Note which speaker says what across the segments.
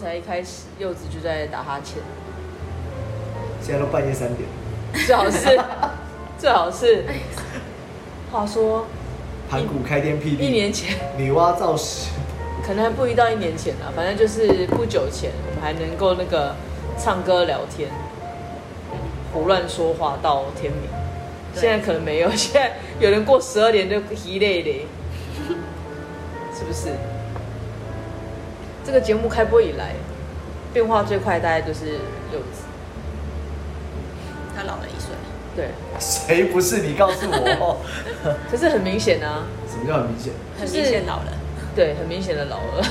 Speaker 1: 才一开始，柚子就在打哈欠，
Speaker 2: 现在都半夜三点，
Speaker 1: 最好是最好是。话说
Speaker 2: 盘古开天辟地，
Speaker 1: 一年前，
Speaker 2: 女娲造屎，
Speaker 1: 可能还不一到一年前啊，反正就是不久前，我们还能够那个唱歌聊天，胡乱说话到天明。
Speaker 3: 对
Speaker 1: 现在可能没有， 现在有人过十二点就一累嘞，是不是？这个节目开播以来，变化最快大概就是柚子，
Speaker 3: 他老了一岁，
Speaker 1: 对，
Speaker 2: 谁不是？你告诉我，
Speaker 1: 可是很明显啊，
Speaker 2: 什么叫很明显？
Speaker 3: 很
Speaker 1: 就是
Speaker 3: 明显老了。
Speaker 1: 对，很明显的老了，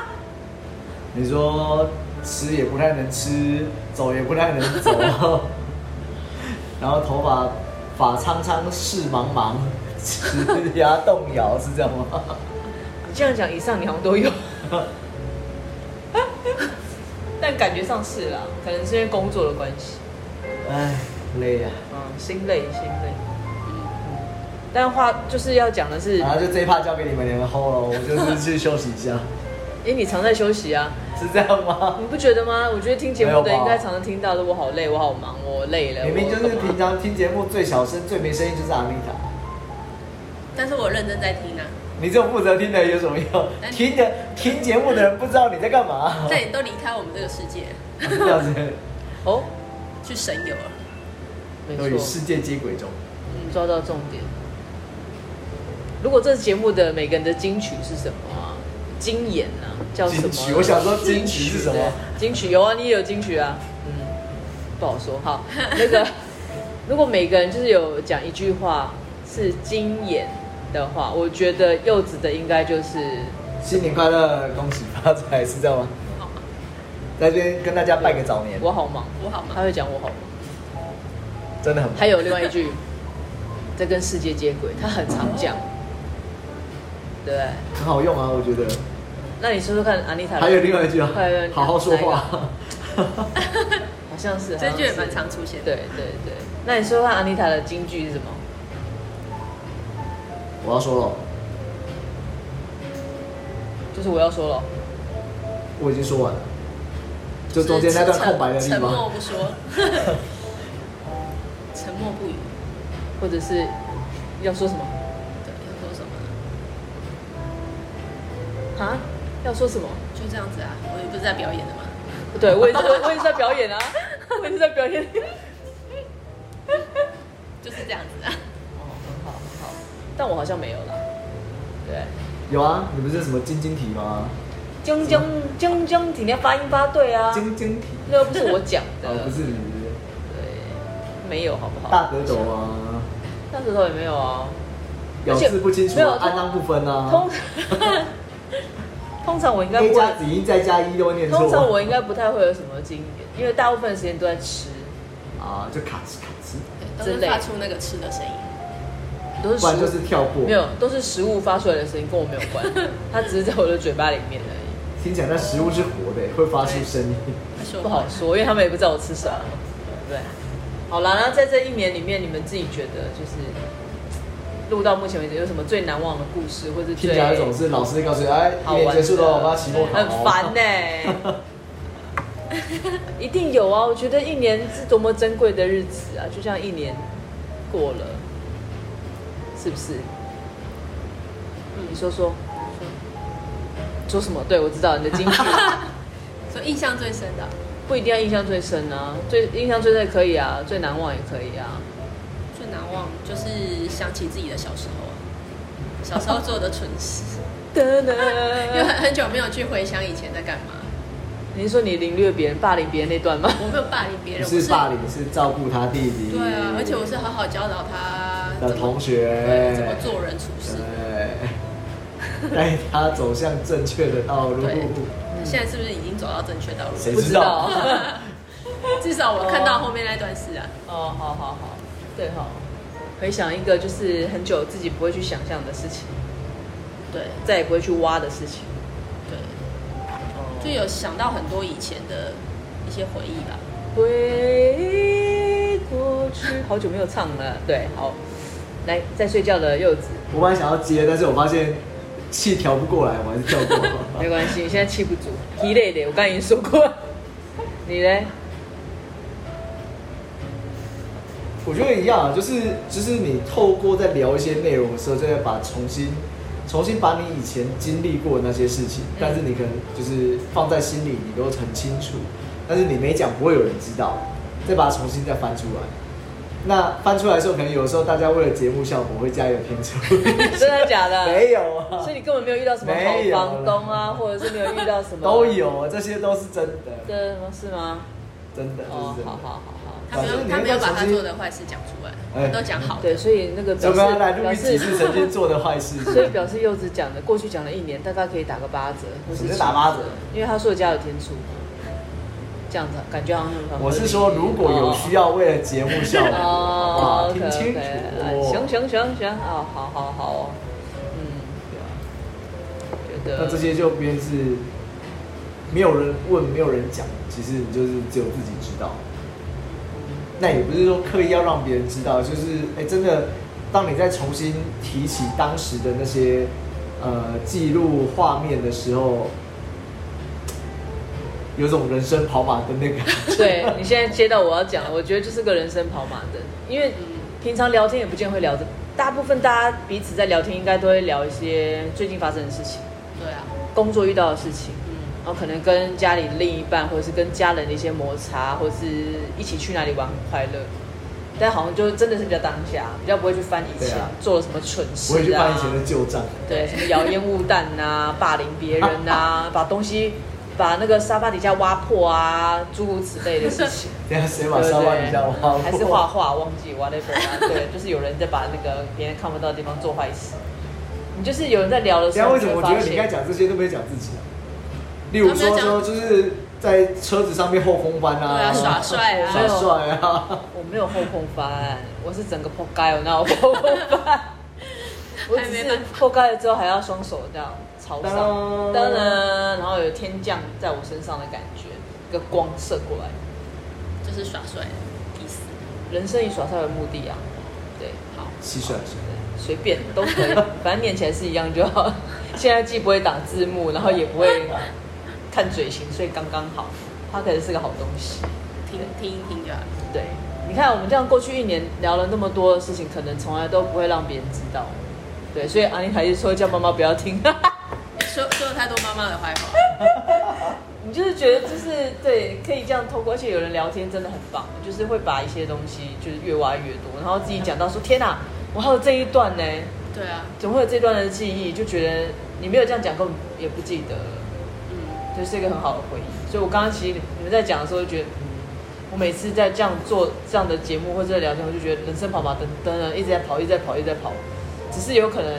Speaker 2: 你说吃也不太能吃，走也不太能走， 然后头发发苍苍，视茫茫，齿牙动摇，是这样 吗？
Speaker 1: 你这样讲，以上你好像都有， 但感觉上是啦，可能是因为工作的关系，
Speaker 2: 唉，累呀、
Speaker 1: 嗯，心累心累，但话就是要讲的是，
Speaker 2: 然后就这一趴交给你们，你们 hold 了，我就是去休息一下，
Speaker 1: 因为你常在休息啊，
Speaker 2: 是这样吗？
Speaker 1: 你不觉得吗？我觉得听节目的
Speaker 2: 没有吧
Speaker 1: 应该常常听到的，我好累，我好忙， 我累了。
Speaker 2: 明明就是
Speaker 1: 我干嘛
Speaker 2: 平常听节目最小声、最没声音就是阿米塔，
Speaker 3: 但是我认真在听啊，
Speaker 2: 你这种负责听的有什么用？听的听节目的人不知道你在干嘛，
Speaker 3: 这里都离开我们这个世界，
Speaker 2: 这样子
Speaker 1: 哦，
Speaker 3: 去神游了。
Speaker 1: 没
Speaker 2: 都与
Speaker 1: 错
Speaker 2: 世，界接轨中。
Speaker 1: 嗯抓到重点。如果这节目的每个人的金曲是什么啊？金眼啊，叫什么？
Speaker 2: 金曲我想说金曲是什么？
Speaker 1: 金曲有啊，你也有金曲啊。嗯，不好说。好，那个 如果每个人就是有讲一句话是金眼的话，我觉得柚子的应该就是
Speaker 2: 新年快乐，恭喜发财，是这样吗？
Speaker 3: 好吗？
Speaker 2: 在这边跟大家拜个早年，
Speaker 1: 哎我好忙，
Speaker 3: 我好
Speaker 1: 他
Speaker 3: 吗？
Speaker 1: 会讲我好忙。
Speaker 2: 真的很
Speaker 1: 还有另外一句，在跟世界接轨，他很常讲，对不对？
Speaker 2: 很好用啊，我觉得。
Speaker 1: 那你说说看，安妮塔
Speaker 2: 还有另外一句啊
Speaker 1: 还有另外一，句
Speaker 2: 好好说话。
Speaker 1: 好像是
Speaker 3: 这句也
Speaker 1: 好
Speaker 3: 蛮。
Speaker 1: 像
Speaker 3: 常
Speaker 1: 是
Speaker 3: 出现的。
Speaker 1: 对对对，那你说说看，安妮塔的金句是什么？
Speaker 2: 我要说了，
Speaker 1: 就是我要说了，
Speaker 2: 我已经说完了，就中间那段空白的地
Speaker 3: 沉默
Speaker 2: 方。
Speaker 3: 不说，沉默不语。
Speaker 1: 或者是要说什么？
Speaker 3: 对，要说什么呢？
Speaker 1: 啊？要说什么？
Speaker 3: 就这样子啊，我也不是在表演的嘛。
Speaker 1: 对我也是，我我也是在表演啊，我也是在表演。
Speaker 3: 就是这样子啊。
Speaker 1: 哦，很好很好，但我好像没有啦。对，
Speaker 2: 有啊，你不是什么晶晶体吗？
Speaker 1: 晶晶晶晶，你要发音发对啊，
Speaker 2: 晶晶体
Speaker 1: 那又不是我讲的，
Speaker 2: 啊，不是你是不是
Speaker 1: 对，没有好不好？
Speaker 2: 大舌头啊，
Speaker 1: 大舌头也没有啊。
Speaker 2: 咬字不清楚
Speaker 1: 没有
Speaker 2: 啊，
Speaker 1: 通
Speaker 2: 按捺不分啊
Speaker 1: 通通常我应该
Speaker 2: A
Speaker 1: 不
Speaker 2: 加
Speaker 1: 会，
Speaker 2: 子音再加一都会念错。
Speaker 1: 通常我应该不太会有什么经典，因为大部分时间都在吃，
Speaker 2: 啊，就卡哧卡哧，
Speaker 3: 对，都是发出那个吃的声音。
Speaker 1: 都是
Speaker 2: 不
Speaker 1: 食
Speaker 2: 然
Speaker 1: 物
Speaker 2: 就是跳过。
Speaker 1: 没有，都是食物发出来的声音，跟我没有 关，它只是在我的嘴巴里面而已，
Speaker 2: 听起来那食物是活的，会发出声音。
Speaker 3: 会说
Speaker 1: 不好说，因为他们也不知道我吃什么，对不对？好啦，那在这一年里面，你们自己觉得就是录到目前为止有什么最难忘的故事，或是
Speaker 2: 听
Speaker 1: 最
Speaker 2: 起来总是老师告诉你，哎，一
Speaker 1: 好玩
Speaker 2: 年
Speaker 1: 的
Speaker 2: 结束了，我们要期末考哦。
Speaker 1: 很烦呢、 一定有啊！我觉得一年是多么珍贵的日子啊，就这样一年过了，是不是？嗯，你说说，说什么？对，我知道你的金 句
Speaker 3: 所以印象最深的，啊
Speaker 1: 不一定要印象最深啊，最印象最深也可以啊，最难忘也可以 啊。
Speaker 3: 最难忘就是想起自己的小时候啊，小时候做的蠢事，
Speaker 1: 噔
Speaker 3: 因为
Speaker 1: 噔，
Speaker 3: 很很久没有去回想以前在干嘛。
Speaker 1: 你是说你凌虐别人、霸凌别人那段吗？
Speaker 3: 我没有霸凌别人，
Speaker 2: 不
Speaker 3: 我
Speaker 2: 是霸凌，是照顾他弟弟。
Speaker 3: 对啊，而且我是好好教导他怎
Speaker 2: 的
Speaker 3: 么
Speaker 2: 同学
Speaker 3: 对怎么做人处事。
Speaker 2: 对， 带他走向正确的道路。
Speaker 3: 对现在是不是已经走到正确道路？
Speaker 2: 嗯谁
Speaker 1: 不知道。
Speaker 3: 至少我看到后面那段事啊，
Speaker 1: 哦，好好好，对哈、回想一个就是很久自己不会去想象的事情，
Speaker 2: 哦
Speaker 3: 对
Speaker 1: 再也不会去挖的事情。
Speaker 3: 对，
Speaker 1: 哦，
Speaker 3: 就有想到很多以前的一些回忆吧。
Speaker 1: 回过去， 好久没有唱了。对，好，来，在睡觉的柚子，
Speaker 2: 我本来想要接，但是我发现气调不过来，我还是跳过好了。
Speaker 1: 没关系，你现在气不足，疲累的，我刚才已经说过了。你 嘞？
Speaker 2: 我觉得一样啊，就是就是你透过在聊一些内容的时候，就会把重新重新把你以前经历过的那些事情，
Speaker 1: 嗯
Speaker 2: 但是你可能就是放在心里，你都很清楚，但是你没讲，不会有人知道，再把它重新再翻出来。那翻出来的时候，可能有时候大家为了节目效果会加油添 醋，
Speaker 1: 真的假的？
Speaker 2: 没有啊
Speaker 1: 所以，你根本没有遇到什么好
Speaker 2: 没有
Speaker 1: 房东啊，或者是没有遇到什么
Speaker 2: 都有啊，这些都是真的，
Speaker 1: 的吗？是吗？
Speaker 2: 真的
Speaker 1: 哦
Speaker 2: 就，是真
Speaker 1: 好
Speaker 2: 的。
Speaker 1: 好好好。
Speaker 3: 他没
Speaker 2: 反正
Speaker 3: 有
Speaker 2: 你
Speaker 3: 他没有把他
Speaker 2: 重新
Speaker 3: 做的坏事讲出来，
Speaker 2: 哎
Speaker 3: 都讲好
Speaker 1: 对，
Speaker 3: 的。
Speaker 1: 所以那个
Speaker 2: 有
Speaker 1: 表
Speaker 2: 没有来
Speaker 1: 示
Speaker 2: 录
Speaker 1: 表
Speaker 2: 一集是曾经
Speaker 1: 示，
Speaker 2: 做的 坏事？
Speaker 1: 所以表示柚子讲的，过去讲了一年，大概可以打个八折，或
Speaker 2: 什么
Speaker 1: 是
Speaker 2: 是打八折
Speaker 1: 七，因为他说的家有天助，这样子感觉好像很合理
Speaker 2: 我是说，如果有需要为了节目效果，好不
Speaker 1: 哦
Speaker 2: 好？听清楚
Speaker 1: OK，OK，哎
Speaker 2: 哦。
Speaker 1: 行行行行，哦，好好好哦，嗯，觉
Speaker 2: 对啊
Speaker 1: 得
Speaker 2: 那这些就变是没有人问，没有人讲，其实你就是只有自己知道。那也不是说刻意要让别人知道，就是哎、真的，当你再重新提起当时的那些呃记录画面的时候，有种人生跑马灯的感 觉。
Speaker 1: 对你现在接到我要讲了，我觉得就是个人生跑马灯，因为平常聊天也不见得会聊这，大部分大家彼此在聊天应该都会聊一些最近发生的事情，
Speaker 3: 对啊，
Speaker 1: 工作遇到的事情，
Speaker 3: 嗯，
Speaker 1: 然后可能跟家里的另一半，或者是跟家人的一些摩擦，或者是一起去哪里玩很快乐。但好像就真的是比较当下，比较不会去翻以前、
Speaker 2: 对啊
Speaker 1: 做了什么蠢事
Speaker 2: 我也去
Speaker 1: 啊
Speaker 2: 翻以，前的旧账。
Speaker 1: 对，什么谣言误弹呐、霸凌别人呐、把东西把那个沙发底下挖破啊，诸如此类的事 情。
Speaker 2: 等一下谁
Speaker 1: 对
Speaker 2: 把
Speaker 1: 不
Speaker 2: 沙发
Speaker 1: 对？
Speaker 2: 底下挖
Speaker 1: 还是画画，忘记 whatever 啊，对，就是有人在把那个别人看不到的地方做坏事。你就是有人在聊的
Speaker 2: 等一
Speaker 1: 时
Speaker 2: 下
Speaker 1: 候，
Speaker 2: 啊为什么
Speaker 1: 就会
Speaker 2: 我觉
Speaker 1: 发
Speaker 2: 得你该
Speaker 1: 现
Speaker 2: 讲这些都没讲自己啊？例如说说就是在车子上面后空翻
Speaker 3: 对
Speaker 2: 啊，
Speaker 3: 啊耍帅啊
Speaker 2: 耍帅啊，
Speaker 1: 我没有后空翻，我是整个破盖，我哪有后空翻？ 我只
Speaker 3: 还没
Speaker 1: 是
Speaker 3: 办法
Speaker 1: 破盖了之后还要双手这样朝上，
Speaker 2: 当
Speaker 1: 当然，然后有天降在我身上的感觉，一个光射过来。
Speaker 3: 就是耍帅的意思。
Speaker 1: 人生以耍帅为目的啊，对。
Speaker 3: 好，
Speaker 2: 蟋蟀，
Speaker 1: 对随便都可以， 反正念起来是一样就好。现在既不会打字幕，然后也不会看嘴型，所以刚刚好。它可能是个好东西。
Speaker 3: 听听一听就好了。
Speaker 1: 对，你看我们这样过去一年聊了那么多的事情，可能从来都不会让别人知道。对，所以阿妮还是说叫妈妈不要听。
Speaker 3: 说说了太多妈妈的坏话，
Speaker 1: 你就是觉得就是对，可以这样透过，而且有人聊天真的很棒，就是会把一些东西就是越挖越多，然后自己讲到说天哪、我还有这一段呢、
Speaker 3: 对啊，
Speaker 1: 怎么会有这段的记忆？就觉得你没有这样讲，根本也不记得了，
Speaker 3: 嗯，
Speaker 1: 就是一个很好的回忆。所以我刚刚其实你们在讲的时候，就觉得、嗯、我每次在这样做这样的节目或者聊天，我就觉得人生跑马灯灯的一直在跑，一直在跑，一直在跑，只是有可能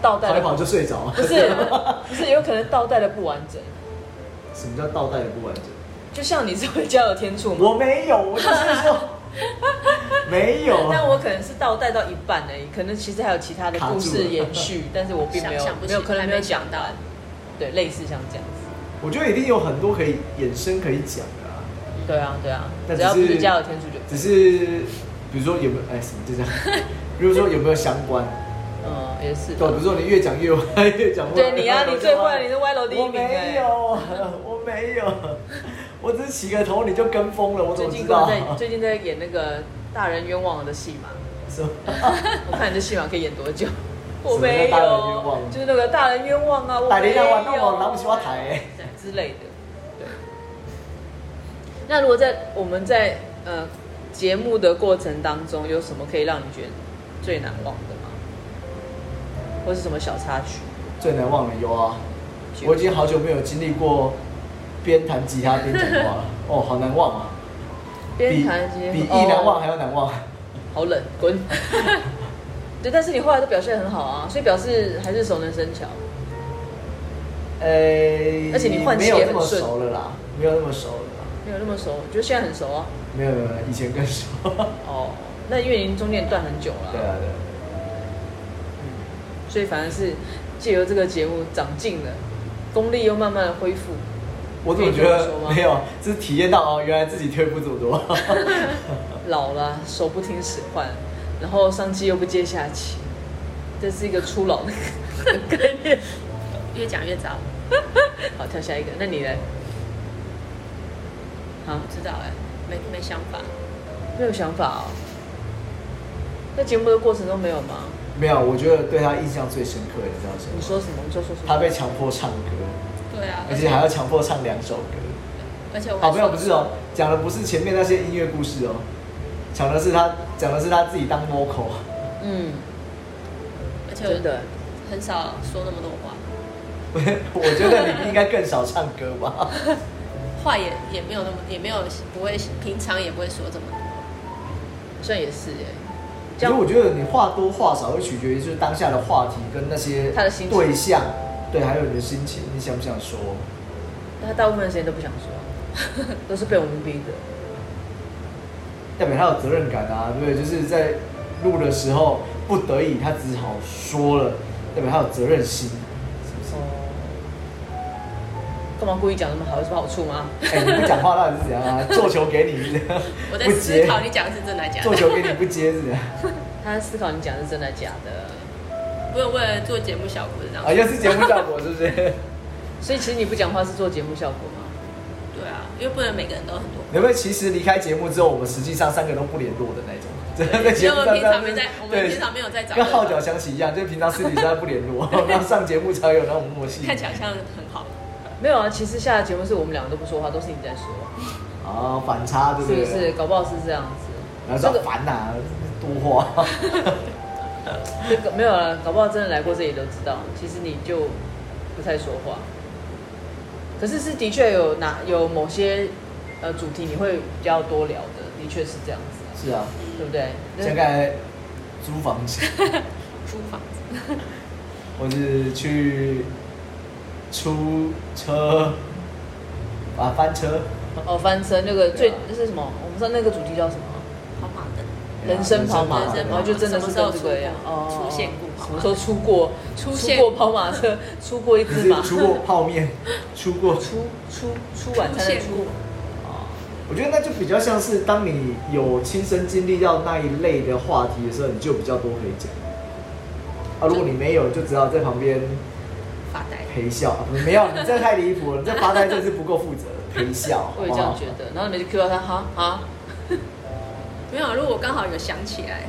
Speaker 1: 倒带
Speaker 2: 跑一
Speaker 1: 的
Speaker 2: 跑就睡着啊。
Speaker 1: 不是不是有可能倒带的不完整。
Speaker 2: 什么叫倒带的不完整？
Speaker 1: 就像你是会加有天助吗？
Speaker 2: 我啊没有，我就是说没有。
Speaker 1: 但我可能是倒带到一半而已，可能其实还有其他的故事延续，但是我并没有
Speaker 3: 想想不
Speaker 1: 没有
Speaker 3: 起
Speaker 1: 可能没有
Speaker 3: 还没想
Speaker 1: 讲
Speaker 3: 到
Speaker 1: 到，对，类似像这样子。
Speaker 2: 我觉得一定有很多可以衍生可以讲的啊，
Speaker 1: 对啊，对啊，
Speaker 2: 但
Speaker 1: 只要不
Speaker 2: 只是
Speaker 1: 是家有天助就
Speaker 2: 只是比如说有没有哎什么就这样，比如说有没有相关？
Speaker 1: 嗯，也是。
Speaker 2: 对，比如说你越讲越歪， 越讲
Speaker 1: 对你啊，你最坏，你是歪楼第一
Speaker 2: 我
Speaker 1: 名
Speaker 2: 没
Speaker 1: 哎。
Speaker 2: 有，我没有，我只是起个头你就跟风了，我怎
Speaker 1: 最
Speaker 2: 么
Speaker 1: 近
Speaker 2: 知
Speaker 1: 刚
Speaker 2: 道？
Speaker 1: 在最近在演那个《大人冤枉》的戏嘛，
Speaker 2: 什么
Speaker 1: 我看你这戏码可以演多久？我
Speaker 2: 什么叫
Speaker 1: 没
Speaker 2: 大人冤
Speaker 1: 有
Speaker 2: 枉，
Speaker 1: 就是那个大人冤枉啊，我
Speaker 2: 大
Speaker 1: 没
Speaker 2: 连
Speaker 1: 有
Speaker 2: 那玩弄我拿不起我台、欸，
Speaker 3: 对，
Speaker 1: 之类的。对。那如果在我们在呃节目的过程当中，有什么可以让你觉得最难忘的吗？或是什么小插曲？
Speaker 2: 最难忘的有啊，我已经好久没有经历过边弹吉他边讲话了，哦，好难忘啊，
Speaker 1: 边弹街
Speaker 2: 比比意难忘
Speaker 1: 哦
Speaker 2: 还要难忘。
Speaker 1: 好冷， 滚。对，但是你后来都表现得很好啊，所以表示还是熟能生巧。
Speaker 2: 呃、
Speaker 1: 而且你换
Speaker 2: 没
Speaker 1: 气
Speaker 2: 有
Speaker 1: 也
Speaker 2: 那
Speaker 1: 很顺
Speaker 2: 么熟了啦，没有那么熟了啦，
Speaker 1: 没有那么熟，我觉得现在很熟啊。
Speaker 2: 没有没有，没有以前更熟。
Speaker 1: 哦，那因为您中间断很久了、
Speaker 2: 对啊对啊，
Speaker 1: 所以反而是借由这个节目长进了，功力又慢慢的恢复。
Speaker 2: 我怎么觉得
Speaker 1: 可以这么说吗
Speaker 2: 没有，就是体验到哦，原来自己退步这么多。
Speaker 1: 老了，手不听使唤，然后上气又不接下气，这是一个初老的 概念。
Speaker 3: 越讲越糟，
Speaker 1: 好，跳下一个，那你呢？好，
Speaker 3: 不知道哎、没没想法，
Speaker 1: 没有想法哦。在节目的过程中没有吗？
Speaker 2: 没有，我觉得对他印象最深刻，你知道是什么？
Speaker 1: 你说什么你就说什么。
Speaker 2: 他被强迫唱歌，
Speaker 3: 对啊，
Speaker 2: 而且还要强迫唱两首歌。
Speaker 3: 而且我还
Speaker 2: 好，没有，
Speaker 3: 说
Speaker 2: 不是哦，讲的不是前面那些音乐故事哦，讲的是他讲的是他自己当 vocal，
Speaker 1: 嗯，
Speaker 3: 而且
Speaker 1: 真
Speaker 3: 我
Speaker 1: 的。
Speaker 3: 很少说那么多话，
Speaker 2: 我觉得你应该更少唱歌吧。
Speaker 3: 话也也没有那么也没有不会平常也不会说这么多，
Speaker 1: 好像也是耶。这
Speaker 2: 所以
Speaker 1: 样
Speaker 2: 我觉得你话多话少会取决于就是当下的话题跟那些
Speaker 1: 他的心情
Speaker 2: 对象，对，还有你的心情，你想不想说？
Speaker 1: 他大部分的时间都不想说， 都是被我们逼的。
Speaker 2: 哦代表他有责任感啊，对不对？就是在录的时候不得已他只好说了，代表他有责任心，是不是？
Speaker 1: 哦，干嘛故意讲那么好？有什么好处吗？
Speaker 2: 哎、你不讲话到底是怎样 啊？做球给你，
Speaker 3: 我在
Speaker 2: 不
Speaker 3: 思
Speaker 2: 接；
Speaker 3: 考你讲啊的是真的假
Speaker 2: 做
Speaker 3: 的，
Speaker 2: 球给你不接是怎 样？
Speaker 1: 他在思考你讲的是真的假的，
Speaker 3: 我有为了做节目效果这样
Speaker 2: 啊，，又是节目效果是不是？
Speaker 1: 所以其实你不讲话是做节目效果吗？
Speaker 3: 对啊，因为不能每个人都很多。
Speaker 2: 你会不会其实离开节目之后，我们实际上三个都不联络的那种？真的在
Speaker 3: 因
Speaker 2: 节
Speaker 3: 为
Speaker 2: 目
Speaker 3: 我
Speaker 2: 上
Speaker 3: 们平常没在，我
Speaker 2: 对
Speaker 3: 们平常没有在找
Speaker 2: 跟
Speaker 3: 对
Speaker 2: 号
Speaker 3: 方，
Speaker 2: 角响起一样，就是平常私底下不联 络，然后上节目才有那种默契。
Speaker 3: 看起来像很好。
Speaker 1: 没有啊，其实下的节目是我们两个都不说话，都是你在说，
Speaker 2: 啊，反差对
Speaker 1: 是
Speaker 2: 对？
Speaker 1: 不是？？搞不好是这样子。
Speaker 2: 然后说烦呐、多话。
Speaker 1: 这个没有了，搞不好真的来过这里都知道，其实你就不太说话。可是是的确有哪有某些呃主题你会比较多聊的，的确是这样子啊、
Speaker 2: 是啊，
Speaker 1: 对不对？
Speaker 2: 像刚才租房子，
Speaker 3: 租房子，
Speaker 2: 或是去出车啊翻车，
Speaker 1: 哦，翻车那个最
Speaker 2: 对啊
Speaker 1: 那是什么？我们上那个主题叫什么？
Speaker 3: 跑马灯，
Speaker 2: 啊
Speaker 1: 人生跑马，
Speaker 3: 人生
Speaker 1: 然
Speaker 3: 跑马
Speaker 1: 后就真的是跟这个一样
Speaker 3: 什么时候
Speaker 1: 哦，
Speaker 3: 出现过跑
Speaker 1: 什么
Speaker 3: 马
Speaker 1: 时候出过？
Speaker 3: 出
Speaker 1: 出
Speaker 3: 现
Speaker 1: 过跑马车，出过一
Speaker 2: 你
Speaker 1: 只马，
Speaker 2: 是出过泡面， 出过
Speaker 1: 出出出晚餐的
Speaker 3: 现
Speaker 1: 出
Speaker 3: 过，
Speaker 2: 啊，我觉得那就比较像是当你有亲身经历到那一类的话题的时候，你就比较多可以讲。啊，如果你没有，就只好在旁边
Speaker 3: 发呆。
Speaker 2: 陪笑。啊不是没有，你这太离谱了，你这发呆真是不够负责，陪笑。
Speaker 1: 我也这样觉
Speaker 2: 得。
Speaker 1: 得。然后你就 Q 到他，哈哈，
Speaker 3: 没有，啊如果我刚好有想起来，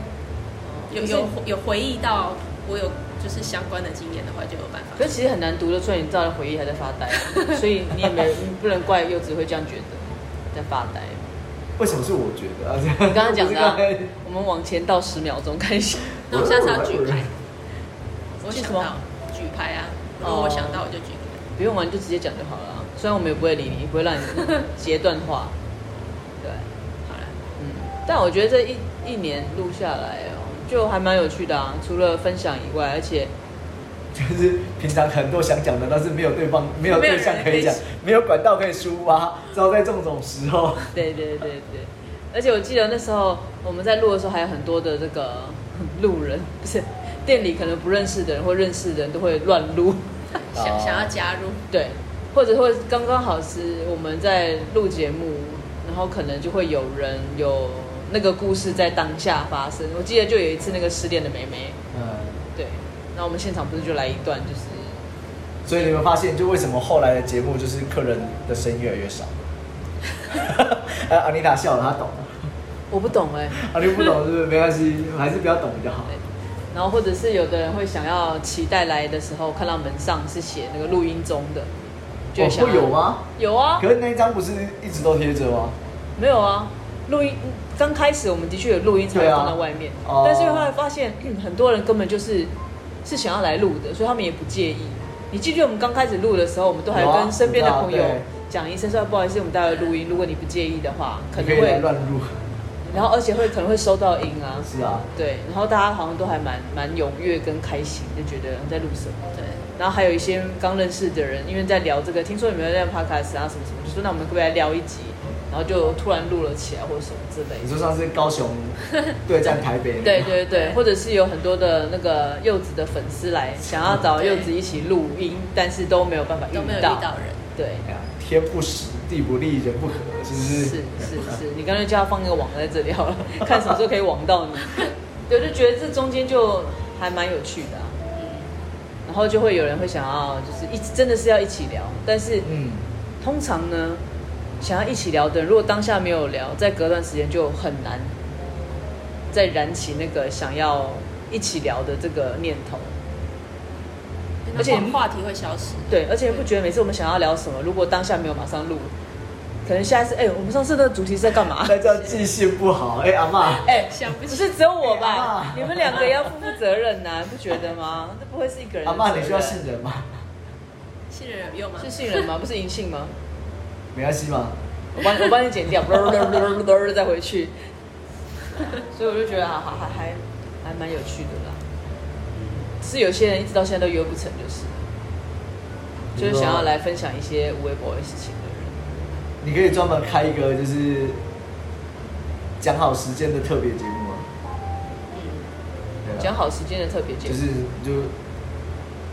Speaker 3: 有有有回忆到我有就是相关的经验的话，就有办
Speaker 1: 可是
Speaker 3: 法。
Speaker 1: 其实很难读得出来，你知道回忆还在发呆，所以你也没你不能怪柚子会这样觉得，在发呆。
Speaker 2: 为什么是我觉得啊？
Speaker 1: 你刚刚讲的啊
Speaker 2: 不是刚才，
Speaker 1: 我们往前倒十秒钟看一下。
Speaker 3: 那我下次要举牌，我
Speaker 1: 举
Speaker 3: 想
Speaker 1: 什么
Speaker 3: 到举牌啊，如果我想到我就举牌。
Speaker 1: 不用啊，你就直接讲就好了啊。虽然我们也不会理你，也不会让你截断话。对，
Speaker 3: 好了，
Speaker 1: 嗯，但我觉得这一一年录下来哦，就还蛮有趣的啊。除了分享以外，而且
Speaker 2: 就是平常很多想讲的，但是没有对方没有
Speaker 3: 没有
Speaker 2: 对
Speaker 3: 人
Speaker 2: 象可以讲
Speaker 3: 可以，
Speaker 2: 没有管道可以抒发，只好在这种时候。
Speaker 1: 对对对对，而且我记得那时候我们在录的时候，还有很多的这个 路人，不是店里可能不认识的人或认识的人都会乱录，呃
Speaker 3: 想
Speaker 2: 哦
Speaker 3: 想要加入，
Speaker 1: 对，或者会刚刚好是我们在录节目，然后可能就会有人有那个故事在当下发生。我记得就有一次那个失恋的妹妹，
Speaker 2: 嗯，
Speaker 1: 对，那我们现场不是就来一段就是。
Speaker 2: 所以你们发现，就为什么后来的节目就是客人的声音越来越少？ 呃，阿妮塔笑了，她懂了。
Speaker 1: 我不懂 哎、
Speaker 2: 阿妮不懂是不是？没关系，还是不要懂比较好。
Speaker 1: 然后或者是有的人会想要期待来的时候看到门上是写那个录音中的，就
Speaker 2: 哦
Speaker 1: 想
Speaker 2: 会
Speaker 1: 要
Speaker 2: 有吗？
Speaker 1: 有啊，
Speaker 2: 可是那一张不是一直都贴着吗？
Speaker 1: 没有啊，录音刚开始我们的确有录音才会
Speaker 2: 对啊
Speaker 1: 放到外面，
Speaker 2: 哦
Speaker 1: 但是后来发现、嗯很多人根本就是是想要来录的，所以他们也不介意。你记不记得我们刚开始录的时候，我们都还
Speaker 2: 有啊
Speaker 1: 跟身边的朋友
Speaker 2: 我知道对
Speaker 1: 讲一声说不好意思，我们待会录音，如果你不介意的话，可
Speaker 2: 你
Speaker 1: 能
Speaker 2: 可以来
Speaker 1: 会，
Speaker 2: 乱入。
Speaker 1: 然后而且会可能会收到音啊，
Speaker 2: 是啊，
Speaker 1: 对，然后大家好像都还蛮蛮踊跃跟开心，就觉得在录什么。
Speaker 3: 对，
Speaker 1: 然后还有一些刚认识的人，因为在聊这个，听说你们在 podcast 啊什么什么，就说那我们可不可以来聊一集？然后就突然录了起来，或者什么之类
Speaker 2: 你
Speaker 1: 的。
Speaker 2: 说上次高雄对战台北，
Speaker 1: 对，对对，
Speaker 3: 对
Speaker 1: 或者是有很多的那个柚子的粉丝来，想要找柚子一起录音，但是都没有办法遇
Speaker 3: 都没有遇
Speaker 1: 到。
Speaker 3: 到人，
Speaker 1: 对，
Speaker 2: 哎呀天不时，地不利，人不和，是不
Speaker 1: 是是
Speaker 2: 是？
Speaker 1: 是，你干脆叫他放那个网在这里好了，看什么时候可以网到你。对，就觉得这中间就还蛮有趣的啊、
Speaker 3: 嗯，
Speaker 1: 然后就会有人会想要，就是一起真的是要一起聊，但是
Speaker 2: 嗯，
Speaker 1: 通常呢，想要一起聊的人，如果当下没有聊，在隔段时间就很难再燃起那个想要一起聊的这个念头。而
Speaker 3: 而
Speaker 1: 且
Speaker 3: 且话题会消失。
Speaker 1: 对，而且你不觉得每次我们想要聊什么，如果当下没有马上录，可能下一次，哎、我们上次那个主题是在干嘛？
Speaker 2: 那叫记性不好。 哎、阿妈，
Speaker 1: 哎、
Speaker 3: 想不
Speaker 1: 不
Speaker 3: 起
Speaker 1: 是只有我
Speaker 2: 哎呀
Speaker 1: 吧？你们两个也要负负责任呐、你不觉得吗？这不会是一个人的
Speaker 2: 阿
Speaker 1: 责任。
Speaker 2: 妈，你需要信任吗？
Speaker 3: 信任有用吗？
Speaker 1: 是信任吗？不是银杏吗？
Speaker 2: 没关系嘛，
Speaker 1: 我帮你，我帮你剪掉， 再回去。 所以我就觉得啊，还还还还蛮有趣的啦。嗯只是有些人一直到现在都约不成，就是就是想要来分享一些无微博的事情的人。
Speaker 2: 你可以专门开一个就是讲好时间的特别节目啊。对
Speaker 3: 嗯
Speaker 1: 讲
Speaker 2: 啊，
Speaker 1: 好时间的特别节
Speaker 2: 就
Speaker 1: 目，
Speaker 2: 是就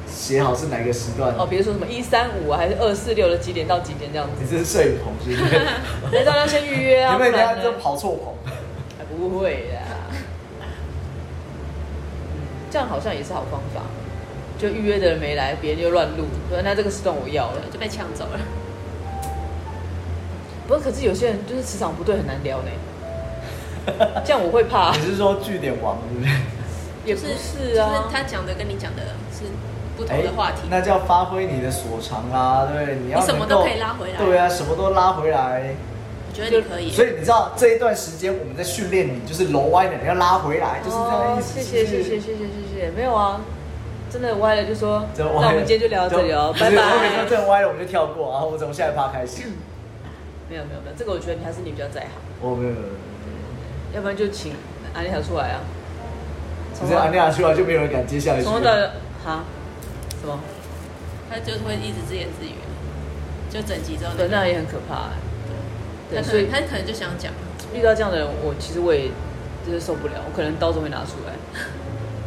Speaker 2: 写好是哪个时段。
Speaker 1: 哦，比如说什么一三五啊还是二四六的几点到几点这样 子，
Speaker 2: 你这是摄影棚是不 是？
Speaker 1: 那大家先预约啊，
Speaker 2: 因
Speaker 1: 不
Speaker 2: 为人
Speaker 1: 然
Speaker 2: 家
Speaker 1: 呢
Speaker 2: 就跑错棚。
Speaker 1: 哎不会啦，嗯这样好像也是好方法。就预约的人没来，别人就乱录，说那这个时段我要了。
Speaker 3: 就被抢走了。
Speaker 1: 不过可是有些人就是磁场不对，很难 聊呢。这样我会
Speaker 3: 啊
Speaker 1: 怕
Speaker 2: 你，是说据点王对不对？
Speaker 1: 也不是啊。哎
Speaker 3: 就是他讲的跟你讲的是不同的话题。
Speaker 2: 哎那就要发挥你的所长啦，对不对？你要
Speaker 3: 你什么
Speaker 2: 能够
Speaker 3: 都可以拉回来
Speaker 2: 对啊，什么都拉回来。
Speaker 3: 我觉得你可以，
Speaker 2: 所以你知道这一段时间我们在训练你，就是楼歪的，你要拉回来，就是这样的意思。
Speaker 1: 哦谢谢
Speaker 2: 是
Speaker 1: 谢
Speaker 2: 不是
Speaker 1: 谢谢。谢谢谢，没有啊，真的歪了就说，
Speaker 2: 这
Speaker 1: 那
Speaker 2: 歪了
Speaker 1: 我们今天就聊到这里哦，
Speaker 2: 不是
Speaker 1: 拜
Speaker 2: 我跟你说，
Speaker 1: 拜。
Speaker 2: 这歪了我们就跳过，啊然后我们从下一趴开始。
Speaker 1: 没有没有没有，这个我觉得你还是你比较在行，
Speaker 2: 我没有，
Speaker 1: 要不然就请安妮塔出来啊。
Speaker 2: 只
Speaker 1: 从
Speaker 2: 是安妮
Speaker 1: 头
Speaker 2: 亚出来就没有人敢接下来。
Speaker 1: 从头到尾哈，什么？啊
Speaker 3: 他就会一直自言自语，就整集之后
Speaker 1: 对，那也很可怕欸。
Speaker 3: 他
Speaker 1: 对，
Speaker 3: 可
Speaker 1: 所以
Speaker 3: 能他可能就想讲，
Speaker 1: 遇到这样的人，我其实我也就是受不了，我可能刀子会拿出来，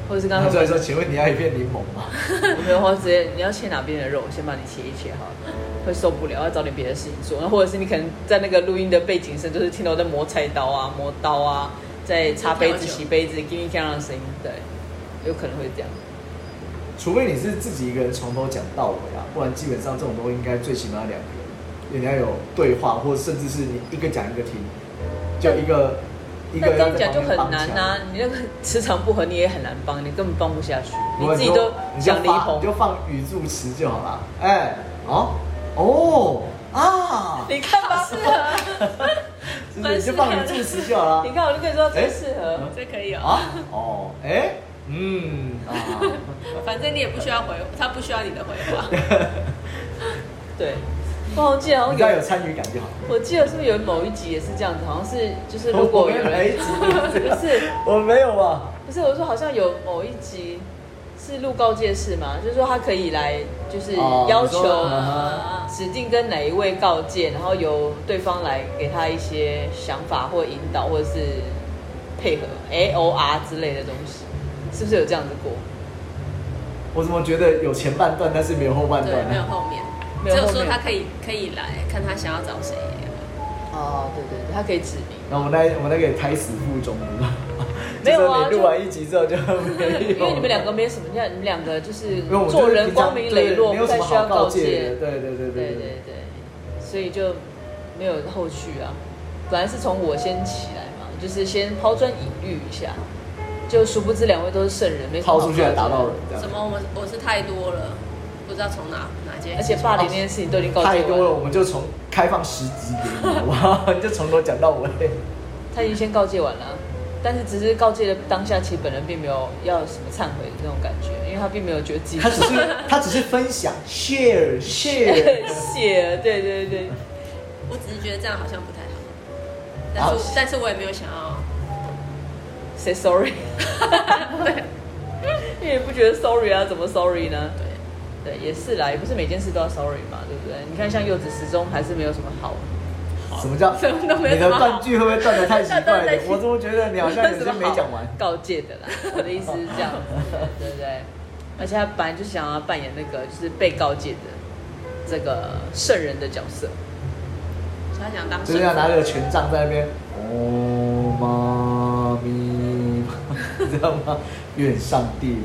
Speaker 1: 或者是刚
Speaker 2: 他
Speaker 1: 刚
Speaker 2: 出来说：“请问你要一片柠檬吗
Speaker 1: 我没有，我直接你要切哪边的肉，我先帮你切一切好了，会受不了，要找点别的事情做。然后或者是你可能在那个录音的背景声，就是听到我在磨菜刀啊、磨刀啊，在擦杯子、洗杯子、叮叮当当的声音，对，有可能会这样。？”
Speaker 2: 除非你是自己一个人从头讲到尾啊，不然基本上这种都应该最起码要两个人，人家有对话，或甚至是你一个讲一个听，就一个一
Speaker 1: 那
Speaker 2: 个
Speaker 1: 这
Speaker 2: 要
Speaker 1: 样
Speaker 2: 在
Speaker 1: 讲
Speaker 2: 旁
Speaker 1: 就
Speaker 2: 边
Speaker 1: 很
Speaker 2: 帮
Speaker 1: 难啊
Speaker 2: 腔
Speaker 1: 呐、你那个磁场不合，你也很难帮，你根本帮不下去，
Speaker 2: 不
Speaker 1: 你
Speaker 2: 会
Speaker 1: 自己
Speaker 2: 就
Speaker 1: 都
Speaker 2: 你就
Speaker 1: 想离
Speaker 2: 发
Speaker 1: 棚
Speaker 2: 你。就放语助词就好了。哎，哦，哦啊，
Speaker 1: 你看吧，适合，
Speaker 2: 是不是你就放语助词就好
Speaker 1: 你
Speaker 2: 了。
Speaker 1: 看我就跟你说
Speaker 2: 哎
Speaker 1: 真适合。
Speaker 3: 这可以哦。
Speaker 2: 啊，哦，哎，嗯啊，
Speaker 3: 反正你也不需要回，他不需要你的回话。
Speaker 1: 对，不好记得好像
Speaker 2: 你只要
Speaker 1: 有
Speaker 2: 有参与感就好。
Speaker 1: 我记得是不是有某一集也是这样子，好像是就是如
Speaker 2: 我
Speaker 1: 果
Speaker 2: 没
Speaker 1: 有
Speaker 2: 有哎哪一
Speaker 1: 人
Speaker 2: 集是这 样
Speaker 1: 不是
Speaker 2: 我没有啊吧？
Speaker 1: 不是我说好像有某一集是录告诫式嘛，就是说他可以来就是
Speaker 2: 哦
Speaker 1: 要
Speaker 2: 你
Speaker 1: 求啊
Speaker 2: 说嗯
Speaker 1: 指定跟哪一位告诫，然后由对方来给他一些想法或引导或者是配合 A O R 之类的东西，是不是有这样子过？
Speaker 2: 我怎么觉得有前半段，但是没有后半
Speaker 3: 对，
Speaker 2: 段
Speaker 3: 没有
Speaker 2: 呢？
Speaker 3: 后面，
Speaker 1: 没
Speaker 3: 只
Speaker 1: 有后
Speaker 3: 有
Speaker 1: 面
Speaker 3: 说他可以可以来看他想要找谁。
Speaker 1: 哦，对对对，他可以指明。
Speaker 2: 那我们那我们那个也胎死腹中了，
Speaker 1: 没有啊
Speaker 2: 就是你录完一集之后就没有了，
Speaker 1: 因为你们两个没什么，你看你们两个就是
Speaker 2: 因为我们就是
Speaker 1: 做人
Speaker 2: 平常
Speaker 1: 光明磊落，
Speaker 2: 对没
Speaker 1: 不
Speaker 2: 有什
Speaker 1: 太
Speaker 2: 么
Speaker 1: 需
Speaker 2: 好
Speaker 1: 要
Speaker 2: 告
Speaker 1: 告
Speaker 2: 诫
Speaker 1: 诫
Speaker 2: 的，。对对对对
Speaker 1: 对对对，所以就没有后续啊。本来是从我先起来嘛，就是先抛砖引玉一下，就殊不知两位都是圣人，没什么
Speaker 2: 抛
Speaker 1: 好
Speaker 2: 出去还打到人，，这样
Speaker 3: 什么？我我是太多了，不知道从哪哪件
Speaker 1: 而
Speaker 3: 事情。
Speaker 1: 且霸凌那件事情都已经告诫
Speaker 2: 太
Speaker 1: 完
Speaker 2: 多了，，我们就从开放十集给你，好不好？ 你就从头讲到尾。
Speaker 1: 他已经先告诫完了。啊但是只是告诫的当下，其实本人并没有要什么忏悔的那种感觉，因为他并没有觉得自己
Speaker 2: 他只是他只是分享 share share，
Speaker 1: 谢，对对对，
Speaker 3: 我只是觉得这样好像不太好，但是
Speaker 2: 好
Speaker 3: 但是我也没有想要。
Speaker 1: say sorry，
Speaker 3: 对
Speaker 1: 因为不觉得 sorry 啊，怎么 sorry 呢？
Speaker 3: 对，
Speaker 1: 对，也是啦，也不是每件事都要 sorry 嘛，对不对？你看像柚子始终还是没有什么好，
Speaker 2: 什么叫
Speaker 3: 什么都没有
Speaker 2: 你的断句会不会断的太奇怪
Speaker 1: 断得
Speaker 2: 了
Speaker 1: 太？奇
Speaker 2: 我怎么觉得你好像 有些没讲完？
Speaker 1: 告诫 的啦。我的意思是这样子，对不对？而且他本来就想要扮演那个就是被告诫的这个圣人的角色，
Speaker 3: 所以他想当
Speaker 2: 就是
Speaker 3: 神
Speaker 2: 要
Speaker 3: 父
Speaker 2: 拿着权杖在那边，哦妈咪，，Oh, 知道吗？愿上帝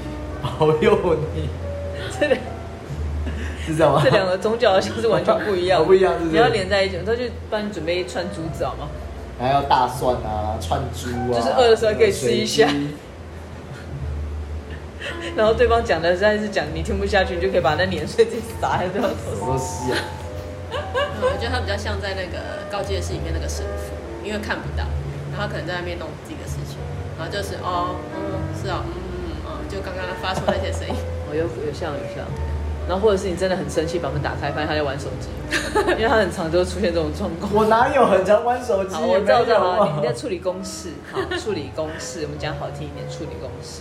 Speaker 2: 保佑你，
Speaker 1: 这两
Speaker 2: 是这样吗？
Speaker 1: 这两个宗教好像是完全不 一样，
Speaker 2: 哦不一样是不是
Speaker 1: 你要连在一起，他就帮你准备串珠子好吗？
Speaker 2: 还要大蒜啊、串珠啊，
Speaker 1: 就是饿的时候可以吃一下
Speaker 2: 水鸡
Speaker 1: 然后对方讲的实在是讲你听不下去，你就可以把那年岁自己撒在对方头
Speaker 2: 什么
Speaker 1: 上。
Speaker 2: 东西啊？
Speaker 3: 嗯我觉得他比较像在那个告诫室里面那个神父，因为看不到，然后他可能在那边弄自己的事情，然后就是哦，嗯，是哦，嗯嗯哦，就刚刚发出那些声音，
Speaker 1: 哦，有有像有像，然后或者是你真的很生气，把门打开，发现他在玩手机， 因为他很常就会出现这种状况。
Speaker 2: 我哪有很常玩手机？
Speaker 1: 好，我知道，我知道
Speaker 2: 没有啊
Speaker 1: 好，你你在处理公 事，好，处理公事，我们讲好听一点，处理公事。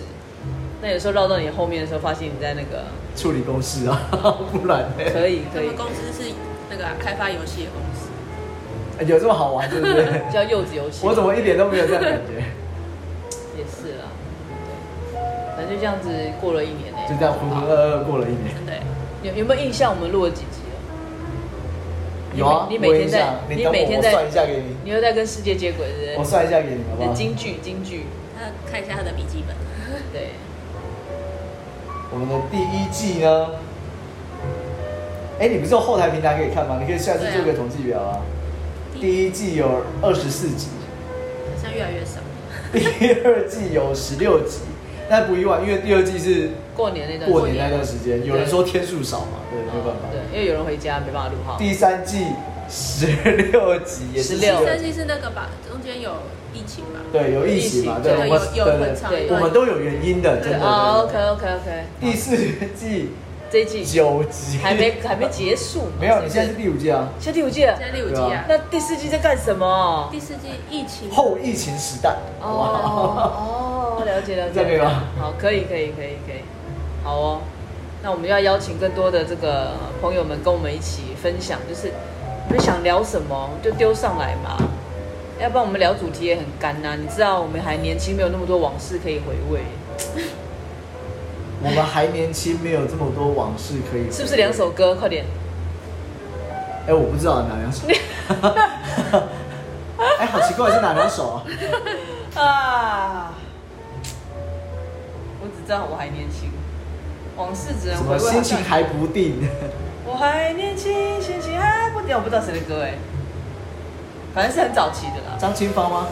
Speaker 1: 那有时候绕到你后面的时候，发现你在那 个，
Speaker 2: 处理公事啊， 不然呢、
Speaker 1: 可以
Speaker 3: 他
Speaker 1: 可以
Speaker 3: 们，公司是那个啊、开发游戏的公司，
Speaker 2: 哎有这么好玩，对不 对？
Speaker 1: 叫柚子游戏。
Speaker 2: 我怎么一点都没有这样的感觉？
Speaker 1: 也是啦，对，反正就这样子过了一年欸呢、
Speaker 2: 就这样浑浑噩噩过了一年。
Speaker 3: 对，
Speaker 1: 有有没有印象我们录了几集了？你
Speaker 2: 有啊，
Speaker 1: 每你每天在
Speaker 2: 我有印象你
Speaker 1: 你
Speaker 2: 等我，
Speaker 1: 每天
Speaker 2: 我
Speaker 1: 在
Speaker 2: 算一下给你，
Speaker 1: 你又在跟世界接轨，对不
Speaker 2: 我
Speaker 1: 对？
Speaker 2: 算一下给你，好
Speaker 1: 你
Speaker 2: 不
Speaker 1: 的
Speaker 2: 好？
Speaker 1: 京剧，京剧，
Speaker 3: 他看一下他的笔记本，
Speaker 1: 对，
Speaker 2: 我们的第一季呢？哎，你不是有后台平台可以看吗？你可以下次做个统计表啊。
Speaker 3: 一
Speaker 2: 第一季有二十四集，
Speaker 3: 好像越来越少，
Speaker 2: 第二季有十六集，但不意外，因为第二季是
Speaker 1: 过年那段
Speaker 2: 过年那段时间，有人说天数少嘛，对，没有办法。
Speaker 1: 对，因为有人回家没办法录好。
Speaker 2: 第三季十六集也是
Speaker 1: 16
Speaker 2: 集
Speaker 3: 设计是那个吧，中间有疫情吧，
Speaker 2: 对，有疫情嘛，
Speaker 1: 疫情
Speaker 2: 对，
Speaker 1: 对
Speaker 2: 我们
Speaker 3: 有有
Speaker 2: 对对
Speaker 3: 混唱
Speaker 2: 对
Speaker 1: 对
Speaker 2: 我们都有原因的，真的。
Speaker 1: 啊
Speaker 2: 对
Speaker 1: ，OK
Speaker 2: 对
Speaker 1: OK OK，
Speaker 2: 对第四季
Speaker 1: 这一季
Speaker 2: 九集
Speaker 1: 还没还没结束嘛，
Speaker 2: 没有，
Speaker 1: 是
Speaker 2: 你
Speaker 1: 不是
Speaker 2: 现在是第五季啊，
Speaker 1: 现在第五季了
Speaker 3: 现，在第五季啊，
Speaker 1: 那第四季在干什么？
Speaker 3: 第四季疫情
Speaker 2: 后疫情时代。哇，
Speaker 1: 哦哦，了解了解，
Speaker 2: 这样可以吗
Speaker 1: 好，可以可以可以可以，好哦。那我们要邀请更多的这个朋友们跟我们一起分享，就是你们想聊什么就丢上来嘛，要不然我们聊主题也很干呐、你知道我们还年轻，没有那么多往事可以回味，
Speaker 2: 我们还年轻，没有这么多往事可以。
Speaker 1: 是不是两？首歌？快点，
Speaker 2: 哎，我不知道哪两 首。 哎，好奇怪，是哪两首啊？
Speaker 1: 啊！我只知道我还年轻，往事只能
Speaker 2: 什
Speaker 1: 回味。
Speaker 2: 么心情还不定？
Speaker 1: 我还年轻，心情还不定，我不知道谁的歌哎，反正是很早期的啦，
Speaker 2: 张清芳吗？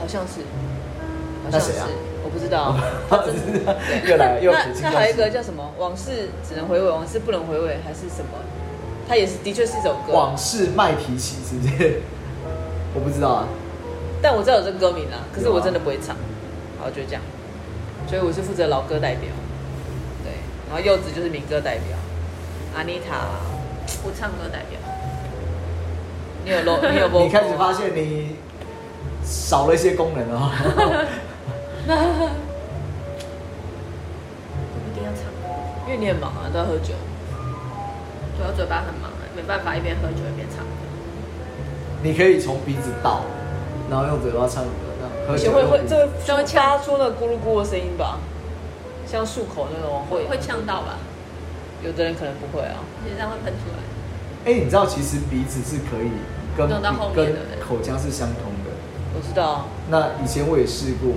Speaker 1: 好像是，好
Speaker 2: 那
Speaker 1: 像
Speaker 2: 谁
Speaker 1: 是，
Speaker 2: 啊
Speaker 1: 我不知 道。
Speaker 2: 又来了，又
Speaker 1: 那
Speaker 2: 撇清
Speaker 1: 那
Speaker 2: 关系
Speaker 1: 还有一个叫什么？往事只能回味，往事不能回味，还是什么？它也是，的确是一首歌
Speaker 2: 往，事卖脾气，是不是？ 我不知道啊。
Speaker 1: 但我知道有这个歌名啦，可是
Speaker 2: 有啊
Speaker 1: 我真的不会唱。好，就这样。所以我是负责老歌代表，对，然后柚子就是民歌代表，阿妮塔，
Speaker 3: 不唱歌代表，
Speaker 1: 你有 low，你有 vocal
Speaker 2: 你开始发现你少了一些功能了哦，
Speaker 3: 不一定要唱歌。
Speaker 1: 因为你很忙啊，都要喝酒。
Speaker 3: 对，我嘴巴很忙，没办法一边喝酒一边唱歌。
Speaker 2: 你可以从鼻子倒，然后用嘴巴唱歌，那样喝
Speaker 1: 而
Speaker 2: 酒
Speaker 1: 且会
Speaker 2: 用
Speaker 1: 会
Speaker 2: 鼻子
Speaker 1: 这会会掐出那个咕噜咕噜的声音吧，像漱口那种会，
Speaker 3: 会呛到吧？
Speaker 1: 有的人可能不会啊。
Speaker 3: 而且这样会喷出来。
Speaker 2: 哎、你知道其实鼻子是可以跟
Speaker 3: 弄到后面
Speaker 2: 跟
Speaker 3: 对不对
Speaker 2: 口腔是相通的。
Speaker 1: 我知道啊，
Speaker 2: 那以前我也试过，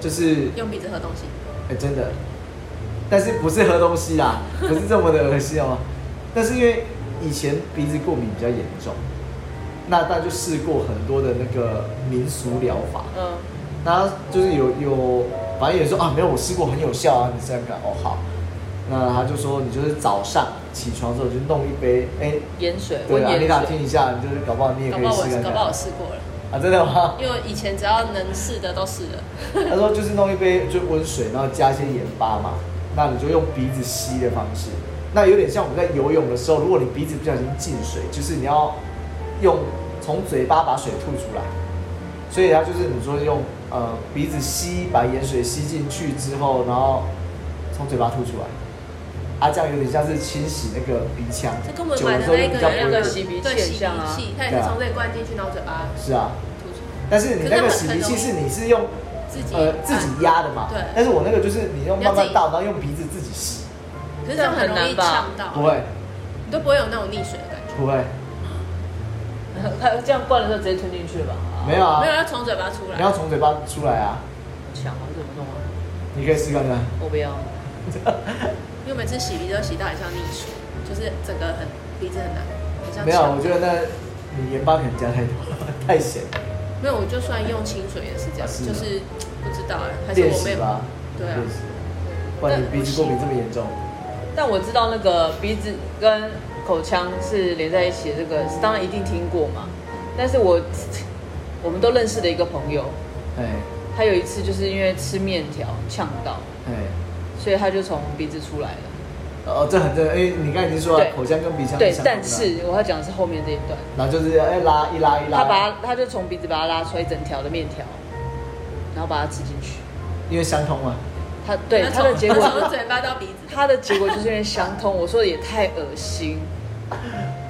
Speaker 2: 就是
Speaker 3: 用鼻子喝东西，
Speaker 2: 哎、真的，但是不是喝东西啦，不是这么的恶心哦。但是因为以前鼻子过敏比较严重，那大家就试过很多的那个民俗疗法，
Speaker 1: 嗯，
Speaker 2: 那就是有有，反正有人说啊，没有，我试过很有效啊，你这样看哦好。那他就说，你就是早上起床之后就弄一杯，哎、
Speaker 1: 盐水，
Speaker 2: 对啊，
Speaker 1: 温
Speaker 2: 你
Speaker 1: 盐
Speaker 2: 打
Speaker 1: 水
Speaker 2: 听。一下，你就是搞不好你也
Speaker 3: 搞
Speaker 2: 可
Speaker 3: 不
Speaker 2: 以
Speaker 3: 好
Speaker 2: 试
Speaker 3: 我
Speaker 2: 看
Speaker 3: 搞
Speaker 2: 看
Speaker 3: 不好我试过了，
Speaker 2: 啊，真的吗？
Speaker 3: 因为我以前只要能试的都试了。
Speaker 2: 他说就是弄一杯就温水，然后加一些盐巴嘛，那你就用鼻子吸的方式，那有点像我们在游泳的时候，如果你鼻子不小心进水，就是你要用从嘴巴把水吐出来，所以它就是你说用呃鼻子吸把盐水吸进去之后，然后从嘴巴吐出来。啊，这样有点像是清洗那个鼻腔，
Speaker 3: 这跟我们
Speaker 2: 久
Speaker 3: 买
Speaker 2: 了
Speaker 3: 的
Speaker 2: 之后
Speaker 3: 那
Speaker 2: 就
Speaker 3: 个
Speaker 2: 比较
Speaker 1: 有
Speaker 2: 不
Speaker 1: 两
Speaker 2: 会
Speaker 1: 个洗鼻器
Speaker 3: 对
Speaker 1: 很
Speaker 3: 洗鼻
Speaker 1: 像啊
Speaker 3: 器，它也是从这里灌进去，然后嘴巴
Speaker 2: 是啊，
Speaker 3: 吐出来，
Speaker 2: 但是你那个洗鼻器
Speaker 3: 可是
Speaker 2: 是
Speaker 3: 它
Speaker 2: 你是用
Speaker 3: 自己
Speaker 2: 呃自己压的嘛，
Speaker 3: 对
Speaker 2: 但是我那个就是你用慢慢
Speaker 3: 你要自己
Speaker 2: 倒，然后用鼻子自己吸，
Speaker 3: 可是这样很容易呛到，
Speaker 2: 不会，
Speaker 3: 你都不会有那种溺水的感觉，
Speaker 2: 不会，
Speaker 1: 他这样灌的时候直接吞进去吧？
Speaker 2: 没有啊
Speaker 3: 没有，要从嘴巴出来
Speaker 2: 你。要从嘴巴出来啊，
Speaker 1: 强吗？这怎么弄啊？
Speaker 2: 你可以试看看。
Speaker 1: 我不要，
Speaker 3: 因为我每次洗鼻子都洗到很像溺水，就是整个很鼻子很难，很像
Speaker 2: 没有，
Speaker 3: 呛
Speaker 2: 我觉得那你盐巴可能加太多， 太咸，
Speaker 3: 没有，我就算用清水也是这样，
Speaker 2: 啊是吗
Speaker 3: 就是不知道哎、还是
Speaker 2: 练
Speaker 3: 我
Speaker 2: 习
Speaker 3: 妹
Speaker 2: 吧。
Speaker 3: 对啊
Speaker 2: 练习，不然你鼻子过敏这么严重，
Speaker 1: 但我知道那个鼻子跟口腔是连在一起的，这个当然一定听过嘛。但是我我们都认识的一个朋友，
Speaker 2: 哎
Speaker 1: 他有一次就是因为吃面条呛到，
Speaker 2: 哎，
Speaker 1: 所以他就从鼻子出来了。
Speaker 2: 哦，这很正，哎，你刚才已经说了
Speaker 1: 对，
Speaker 2: 口腔跟鼻腔
Speaker 1: 对
Speaker 2: 相，同
Speaker 1: 但
Speaker 2: 的，
Speaker 1: 是我要讲的是后面这一段，
Speaker 2: 然后就是哎拉一拉一拉，
Speaker 1: 他把他他就从鼻子把它拉出来一整条的面条，然后把它吃进去。
Speaker 2: 因为相通嘛，
Speaker 1: 他对
Speaker 3: 那
Speaker 1: 他
Speaker 3: 从
Speaker 1: 的结果，
Speaker 3: 从嘴巴到鼻子，
Speaker 1: 他的结果就是因为相通，我说的也太恶心，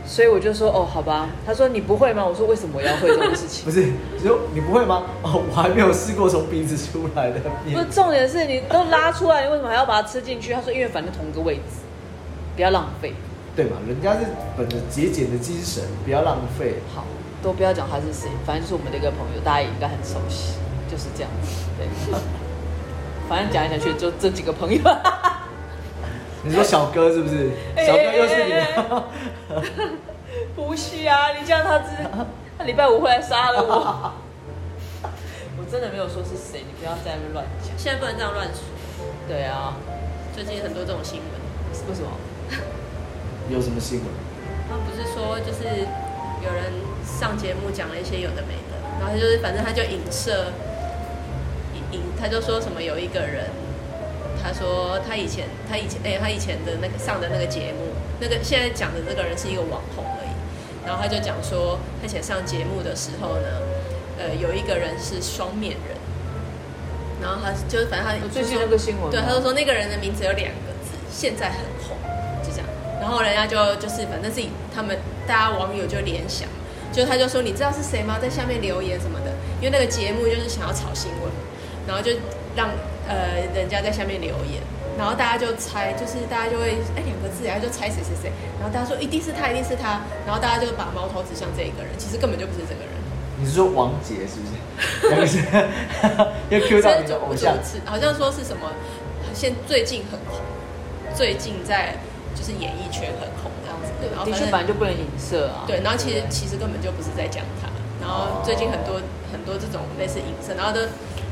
Speaker 1: 所以我就说哦，好吧。他说你不会吗？我说为什么我要会这种事情
Speaker 2: 不？是，你说你不会吗？哦，我还没有试过从鼻子出来的
Speaker 1: 不是
Speaker 2: 面，
Speaker 1: 重点是你都拉出来，你为什么还要把它吃进去？他说因为反正同一个位置，不要浪费。
Speaker 2: 对嘛？人家是本着节俭的精神，不要浪费。
Speaker 1: 好，都不要讲他是谁，反正就是我们的一个朋友，大家也应该很熟悉，就是这样子。对，反正讲来讲去就这几个朋友。
Speaker 2: 你说小哥是不是？
Speaker 1: 哎
Speaker 2: 小哥又是你
Speaker 1: 哎哎
Speaker 2: 吗？
Speaker 1: 不是啊，你这样他知，他礼拜五会来杀了我。 我真的没有说是谁，你不要在那边乱讲。
Speaker 3: 现在不能这样乱说，
Speaker 1: 对啊，
Speaker 3: 最近很多这种新闻。
Speaker 1: 为什么？
Speaker 2: 有什么新闻？
Speaker 3: 他不是说就是有人上节目讲了一些有的没的，然后他就是反正他就影射影，他就说什么有一个人，他说他以前他以前哎、他以前的那个上的那个节目，那个现在讲的这个人是一个网红而已，然后他就讲说他以前上节目的时候呢，呃有一个人是双面人，然后他就是反正他
Speaker 1: 我最近
Speaker 3: 就说
Speaker 1: 那个新闻吗
Speaker 3: 对，他就说那个人的名字有两个字，现在很红，就这样。然后人家就就是反正自己他们大家网友就联想，就他就说你知道是谁吗？在下面留言什么的，因为那个节目就是想要炒新闻，然后就让呃人家在下面留言。然后大家就猜，就是大家就会哎两个字，然后就猜谁谁谁，然后大家说一定是他，一定是他，然后大家就把矛头指向这一个人，其实根本就不是这个人。
Speaker 2: 你是说王杰是不是？ 两个是要 Q 到你的偶像
Speaker 3: 主，持，好像说是什么，现最近很红，最近在就是演艺圈很红这样子，对，然后
Speaker 1: 的确，
Speaker 3: 反
Speaker 1: 本来
Speaker 3: 正
Speaker 1: 就不能影射啊。
Speaker 3: 对，然后其实
Speaker 1: 对不对
Speaker 3: 其实根本就不是在讲他，然
Speaker 1: 哦
Speaker 3: 后最近很多很多这种类似影射，然后都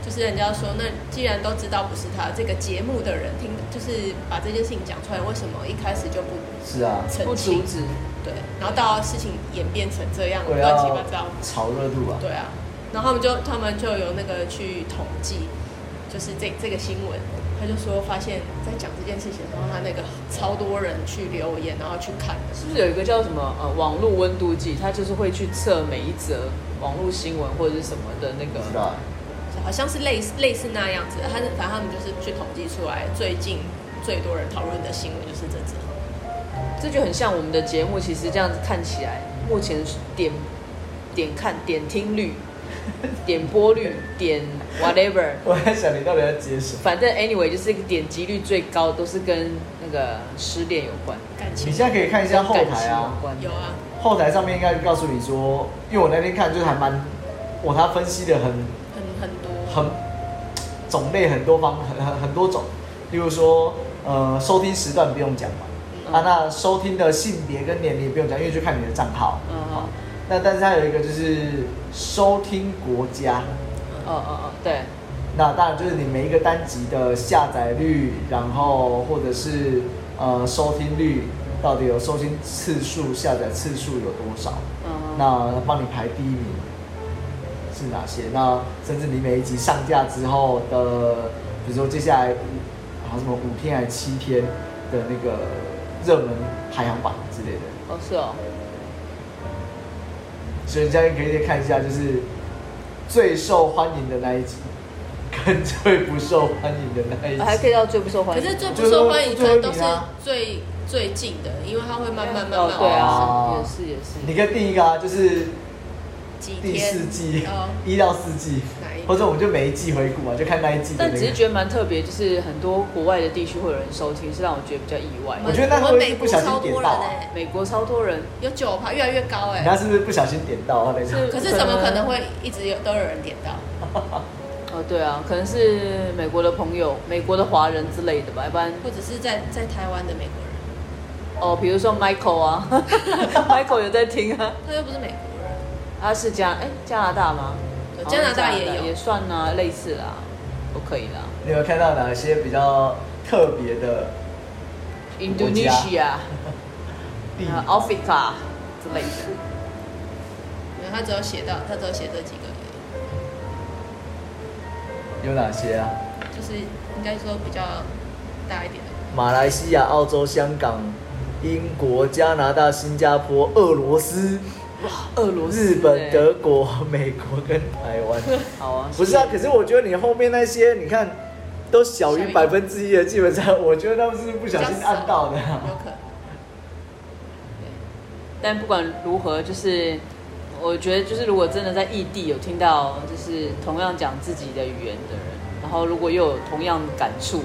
Speaker 3: 就是人家说，那既然都知道不是他，这个节目的人听就是把这件事情讲出来，为什么一开始就不
Speaker 2: 是啊，
Speaker 1: 不阻
Speaker 3: 澄清？
Speaker 1: 止，啊
Speaker 3: 对，然后到事情演变成这样
Speaker 2: 为了
Speaker 3: 乱七
Speaker 2: 啊要
Speaker 3: 八糟，
Speaker 2: 炒热度啊。
Speaker 3: 对啊，然后他们就他们就有那个去统计，就是这这个新闻，他就说发现，在讲这件事情的时候，他那个超多人去留言，然后去看的，
Speaker 1: 是不是有一个叫什么呃网络温度计？它就是会去测每一则网络新闻或者是什么的那
Speaker 2: 不
Speaker 1: 个
Speaker 2: 知道啊，
Speaker 3: 好像是类似类似那样子。他是反正他们就是去统计出来最近最多人讨论的新闻就是这则。
Speaker 1: 这就很像我们的节目，其实这样子看起来，目前是点点看点听率、点播率、点 whatever，
Speaker 2: 我在想你到底要接什么？
Speaker 1: 反正 anyway 就是点击率最高，都是跟那个失恋有关，
Speaker 3: 感情
Speaker 2: 你现在可以看一下后
Speaker 1: 跟感
Speaker 2: 台
Speaker 1: 情
Speaker 2: 啊
Speaker 1: 有，关。
Speaker 3: 有啊，
Speaker 2: 后台上面应该就告诉你说，因为我那天看就是还蛮，哇，他分析的很
Speaker 3: 很很多，
Speaker 2: 很种类很多方很很很多种，例如说呃收听时段不用讲嘛，
Speaker 1: 嗯
Speaker 2: 啊那收听的性别跟年龄也不用讲，因为就看你的账号。
Speaker 1: 嗯哦
Speaker 2: 那但是它有一个就是收听国家，
Speaker 1: 哦哦，对，
Speaker 2: 那当然就是你每一个单集的下载率，然后或者是呃收听率到底有收听次数、下载次数有多少，
Speaker 1: 嗯
Speaker 2: 那帮你排第一名是哪些？那甚至你每一集上架之后的，比如说接下来五好像什么五天还是七天的那个热门排行榜之类的。
Speaker 1: 哦是哦，
Speaker 2: 所以大家可以看一下，就是最受欢迎的那一集，跟最不受欢迎的那一 集。
Speaker 1: 还可以到最不受欢
Speaker 3: 可
Speaker 1: 迎。
Speaker 3: 是最不受欢迎可能都是
Speaker 2: 就是啊
Speaker 3: 最最近的，因为它会慢慢慢慢
Speaker 1: 哦对啊，
Speaker 2: 哦
Speaker 1: 也是也是。
Speaker 2: 你看第一个啊，就是
Speaker 3: 几
Speaker 2: 第
Speaker 3: 天
Speaker 2: 四季
Speaker 3: 哦，
Speaker 2: 一到四季
Speaker 3: 哪一，季
Speaker 2: 或者我们就每一季回顾嘛，就看那一季的
Speaker 1: 哦但
Speaker 2: 那
Speaker 1: 只是
Speaker 2: 个。
Speaker 1: 觉得蛮特别，就是很多国外的地区会有人收听，是让我觉得比较意外。
Speaker 2: 我觉得那
Speaker 3: 我
Speaker 2: 会不会
Speaker 3: 们美
Speaker 2: 是不
Speaker 3: 国
Speaker 2: 小心
Speaker 3: 超多
Speaker 2: 点
Speaker 3: 人
Speaker 2: 到
Speaker 3: 哎
Speaker 2: 啊、
Speaker 1: 美国超多人，
Speaker 3: 有九趴，越来越高
Speaker 2: 人
Speaker 3: 哎、
Speaker 2: 家是不是不小心点到啊？那种
Speaker 1: 是
Speaker 3: 可是怎么可能会一直有都有人点到？
Speaker 1: 哦哦，对啊，可能是美国的朋友、美国的华人之类的吧，要不然
Speaker 3: 或者是在在台湾的美国人，
Speaker 1: 哦，比如说 Michael 啊 ，Michael 有在听啊，
Speaker 3: 他又不是美国人，
Speaker 1: 他是加哎加拿大吗
Speaker 3: 对？呃加拿大也有
Speaker 1: 也算啊，类似啦，都可以啦。
Speaker 2: 你有看到哪些比较特别的国家
Speaker 1: Indonesia、
Speaker 2: 地
Speaker 1: 呃 Africa 之类的，
Speaker 3: 没有，他只有写到他只有写这几个而
Speaker 2: 有哪些啊？
Speaker 3: 已，就是应该说比较大一点的。
Speaker 2: 马来西亚、澳洲、香港、英国、加拿大、新加坡、俄罗斯、
Speaker 1: 俄罗斯、
Speaker 2: 日本、
Speaker 1: 欸
Speaker 2: 德国、 美国跟台湾。
Speaker 1: 好啊，
Speaker 2: 不 是啊，可是我觉得你后面那些，你看都小于
Speaker 3: 小
Speaker 2: 百
Speaker 3: 于
Speaker 2: 分之一的，基本上我觉得他们是不
Speaker 3: 不
Speaker 2: 小心按到的啊、
Speaker 3: 有可能。
Speaker 1: 但不管如何，就是我觉得，就是如果真的在异地有听到，就是同样讲自己的语言的人，然后如果又有同样感触，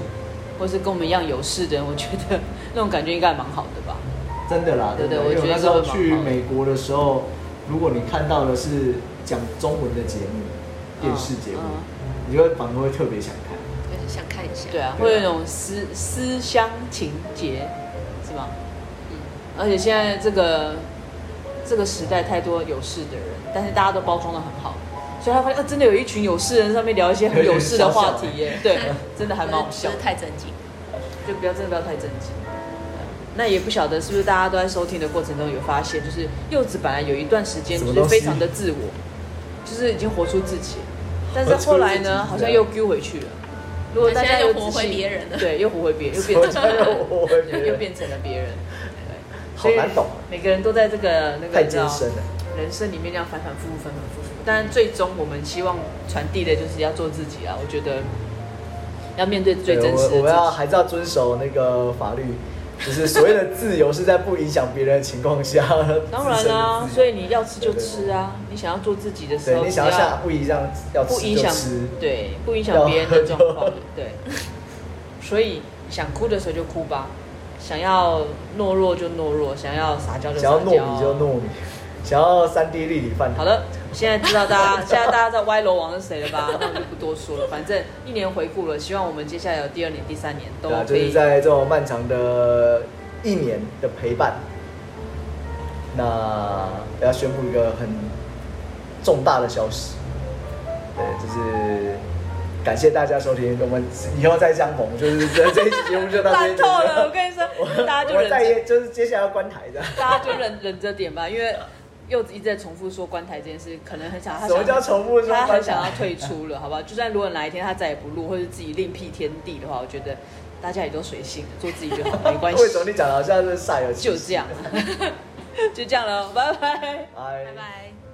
Speaker 1: 或是跟我们一样有事的人，我觉得 那种感觉应该还蛮好的吧。
Speaker 2: 真的啦，
Speaker 1: 对
Speaker 2: 真的
Speaker 1: 对我
Speaker 2: 因为我
Speaker 1: 觉得
Speaker 2: 那时候
Speaker 1: 这个
Speaker 2: 去
Speaker 1: 蛮好的
Speaker 2: 美国的时候，如果你看到的是讲中文的节目、电视节目，
Speaker 1: 嗯
Speaker 2: 你就会反而会特别想看。
Speaker 3: 对，想看一下。
Speaker 1: 对啊，
Speaker 2: 对啊
Speaker 1: 会有一种思思乡情节，是吧？而且现在这个这个时代太多有事的人，但是大家都包装的很好，所以他发现，呃，真的有一群有事人上面聊一些很有事的话题耶，对， 真的还蛮好笑
Speaker 3: 不
Speaker 1: 的
Speaker 3: 是。太震惊。
Speaker 1: 就不要真的不要太震惊。那也不晓得是不是大家都在收听的过程中有发现，就是柚子本来有一段时间就
Speaker 2: 什么
Speaker 1: 是
Speaker 2: 东西
Speaker 1: 非常的自我，就是已经活出自己，但是后 来呢，
Speaker 2: 活
Speaker 1: 好
Speaker 2: 出自己啊
Speaker 1: 像又丢回去了。如果大家有仔细
Speaker 3: 好像又活回别人了
Speaker 1: 对，又活回别人，又
Speaker 2: 我
Speaker 1: 变
Speaker 2: 觉
Speaker 1: 成
Speaker 2: 得我会觉
Speaker 1: 又
Speaker 2: 得
Speaker 1: 变 成了别人。
Speaker 2: 好难懂，啊
Speaker 1: 每个人都在这个那个
Speaker 2: 太
Speaker 1: 你知道
Speaker 2: 艰深了。
Speaker 1: 人生里面这样反反复复、反反复复。但最终我们希望传递的就是要做自己啊！我觉得要面对最
Speaker 2: 对，
Speaker 1: 真实的自己。
Speaker 2: 我我们要还是要遵守那个法律，就是所谓的自由是在不影响别人的情况下。
Speaker 1: 当然啊啦、所
Speaker 2: 以
Speaker 1: 以你要吃就吃啊，你想要做自己的时
Speaker 2: 对
Speaker 1: 候，
Speaker 2: 你想要
Speaker 1: 只
Speaker 2: 下不影响要
Speaker 1: 啊不
Speaker 2: 吃
Speaker 1: 影
Speaker 2: 就
Speaker 1: 响
Speaker 2: 吃，
Speaker 1: 对，不影响别人的状
Speaker 2: 要喝
Speaker 1: 况，对。所以想哭的时候就哭吧，想要懦弱就懦弱，想要撒娇就撒
Speaker 2: 想要
Speaker 1: 娇，
Speaker 2: 糯米就糯米，想要三 D 立体饭。
Speaker 1: 好了，现在知道大家 现在大家知道歪楼王是谁了吧？那我就不多说了，反正一年回顾了，希望我们接下来有第二年、第三年都
Speaker 2: 对啊，
Speaker 1: 可
Speaker 2: 就是
Speaker 1: 以。
Speaker 2: 在这种漫长的一年的陪伴，那要宣布一个很重大的消息，对，就是感谢大家收听，我们以后再相逢，就是这这一期节目就到这
Speaker 1: 烂
Speaker 2: 里。
Speaker 1: 透了，我跟你
Speaker 2: 我
Speaker 1: 说，大家就
Speaker 2: 我
Speaker 1: 忍
Speaker 2: 再
Speaker 1: 着
Speaker 2: 也就是接下来要关台的。
Speaker 1: 大家就忍忍着点吧，因为柚子一直在重复说关台这件事，可能很想他
Speaker 2: 什么
Speaker 1: 想
Speaker 2: 叫重复说
Speaker 1: 他
Speaker 2: 关
Speaker 1: 很想
Speaker 2: 台
Speaker 1: 要？退出了，好不好？ 就算如果哪一天他再也不录，或者自己另辟天地的话，我觉得大家也都随性，做自己就好，没关系
Speaker 2: 为，什么你讲的好像是煞有其
Speaker 1: 就
Speaker 2: 事
Speaker 1: 这样，就这样了，拜拜。
Speaker 2: 拜
Speaker 3: 拜拜。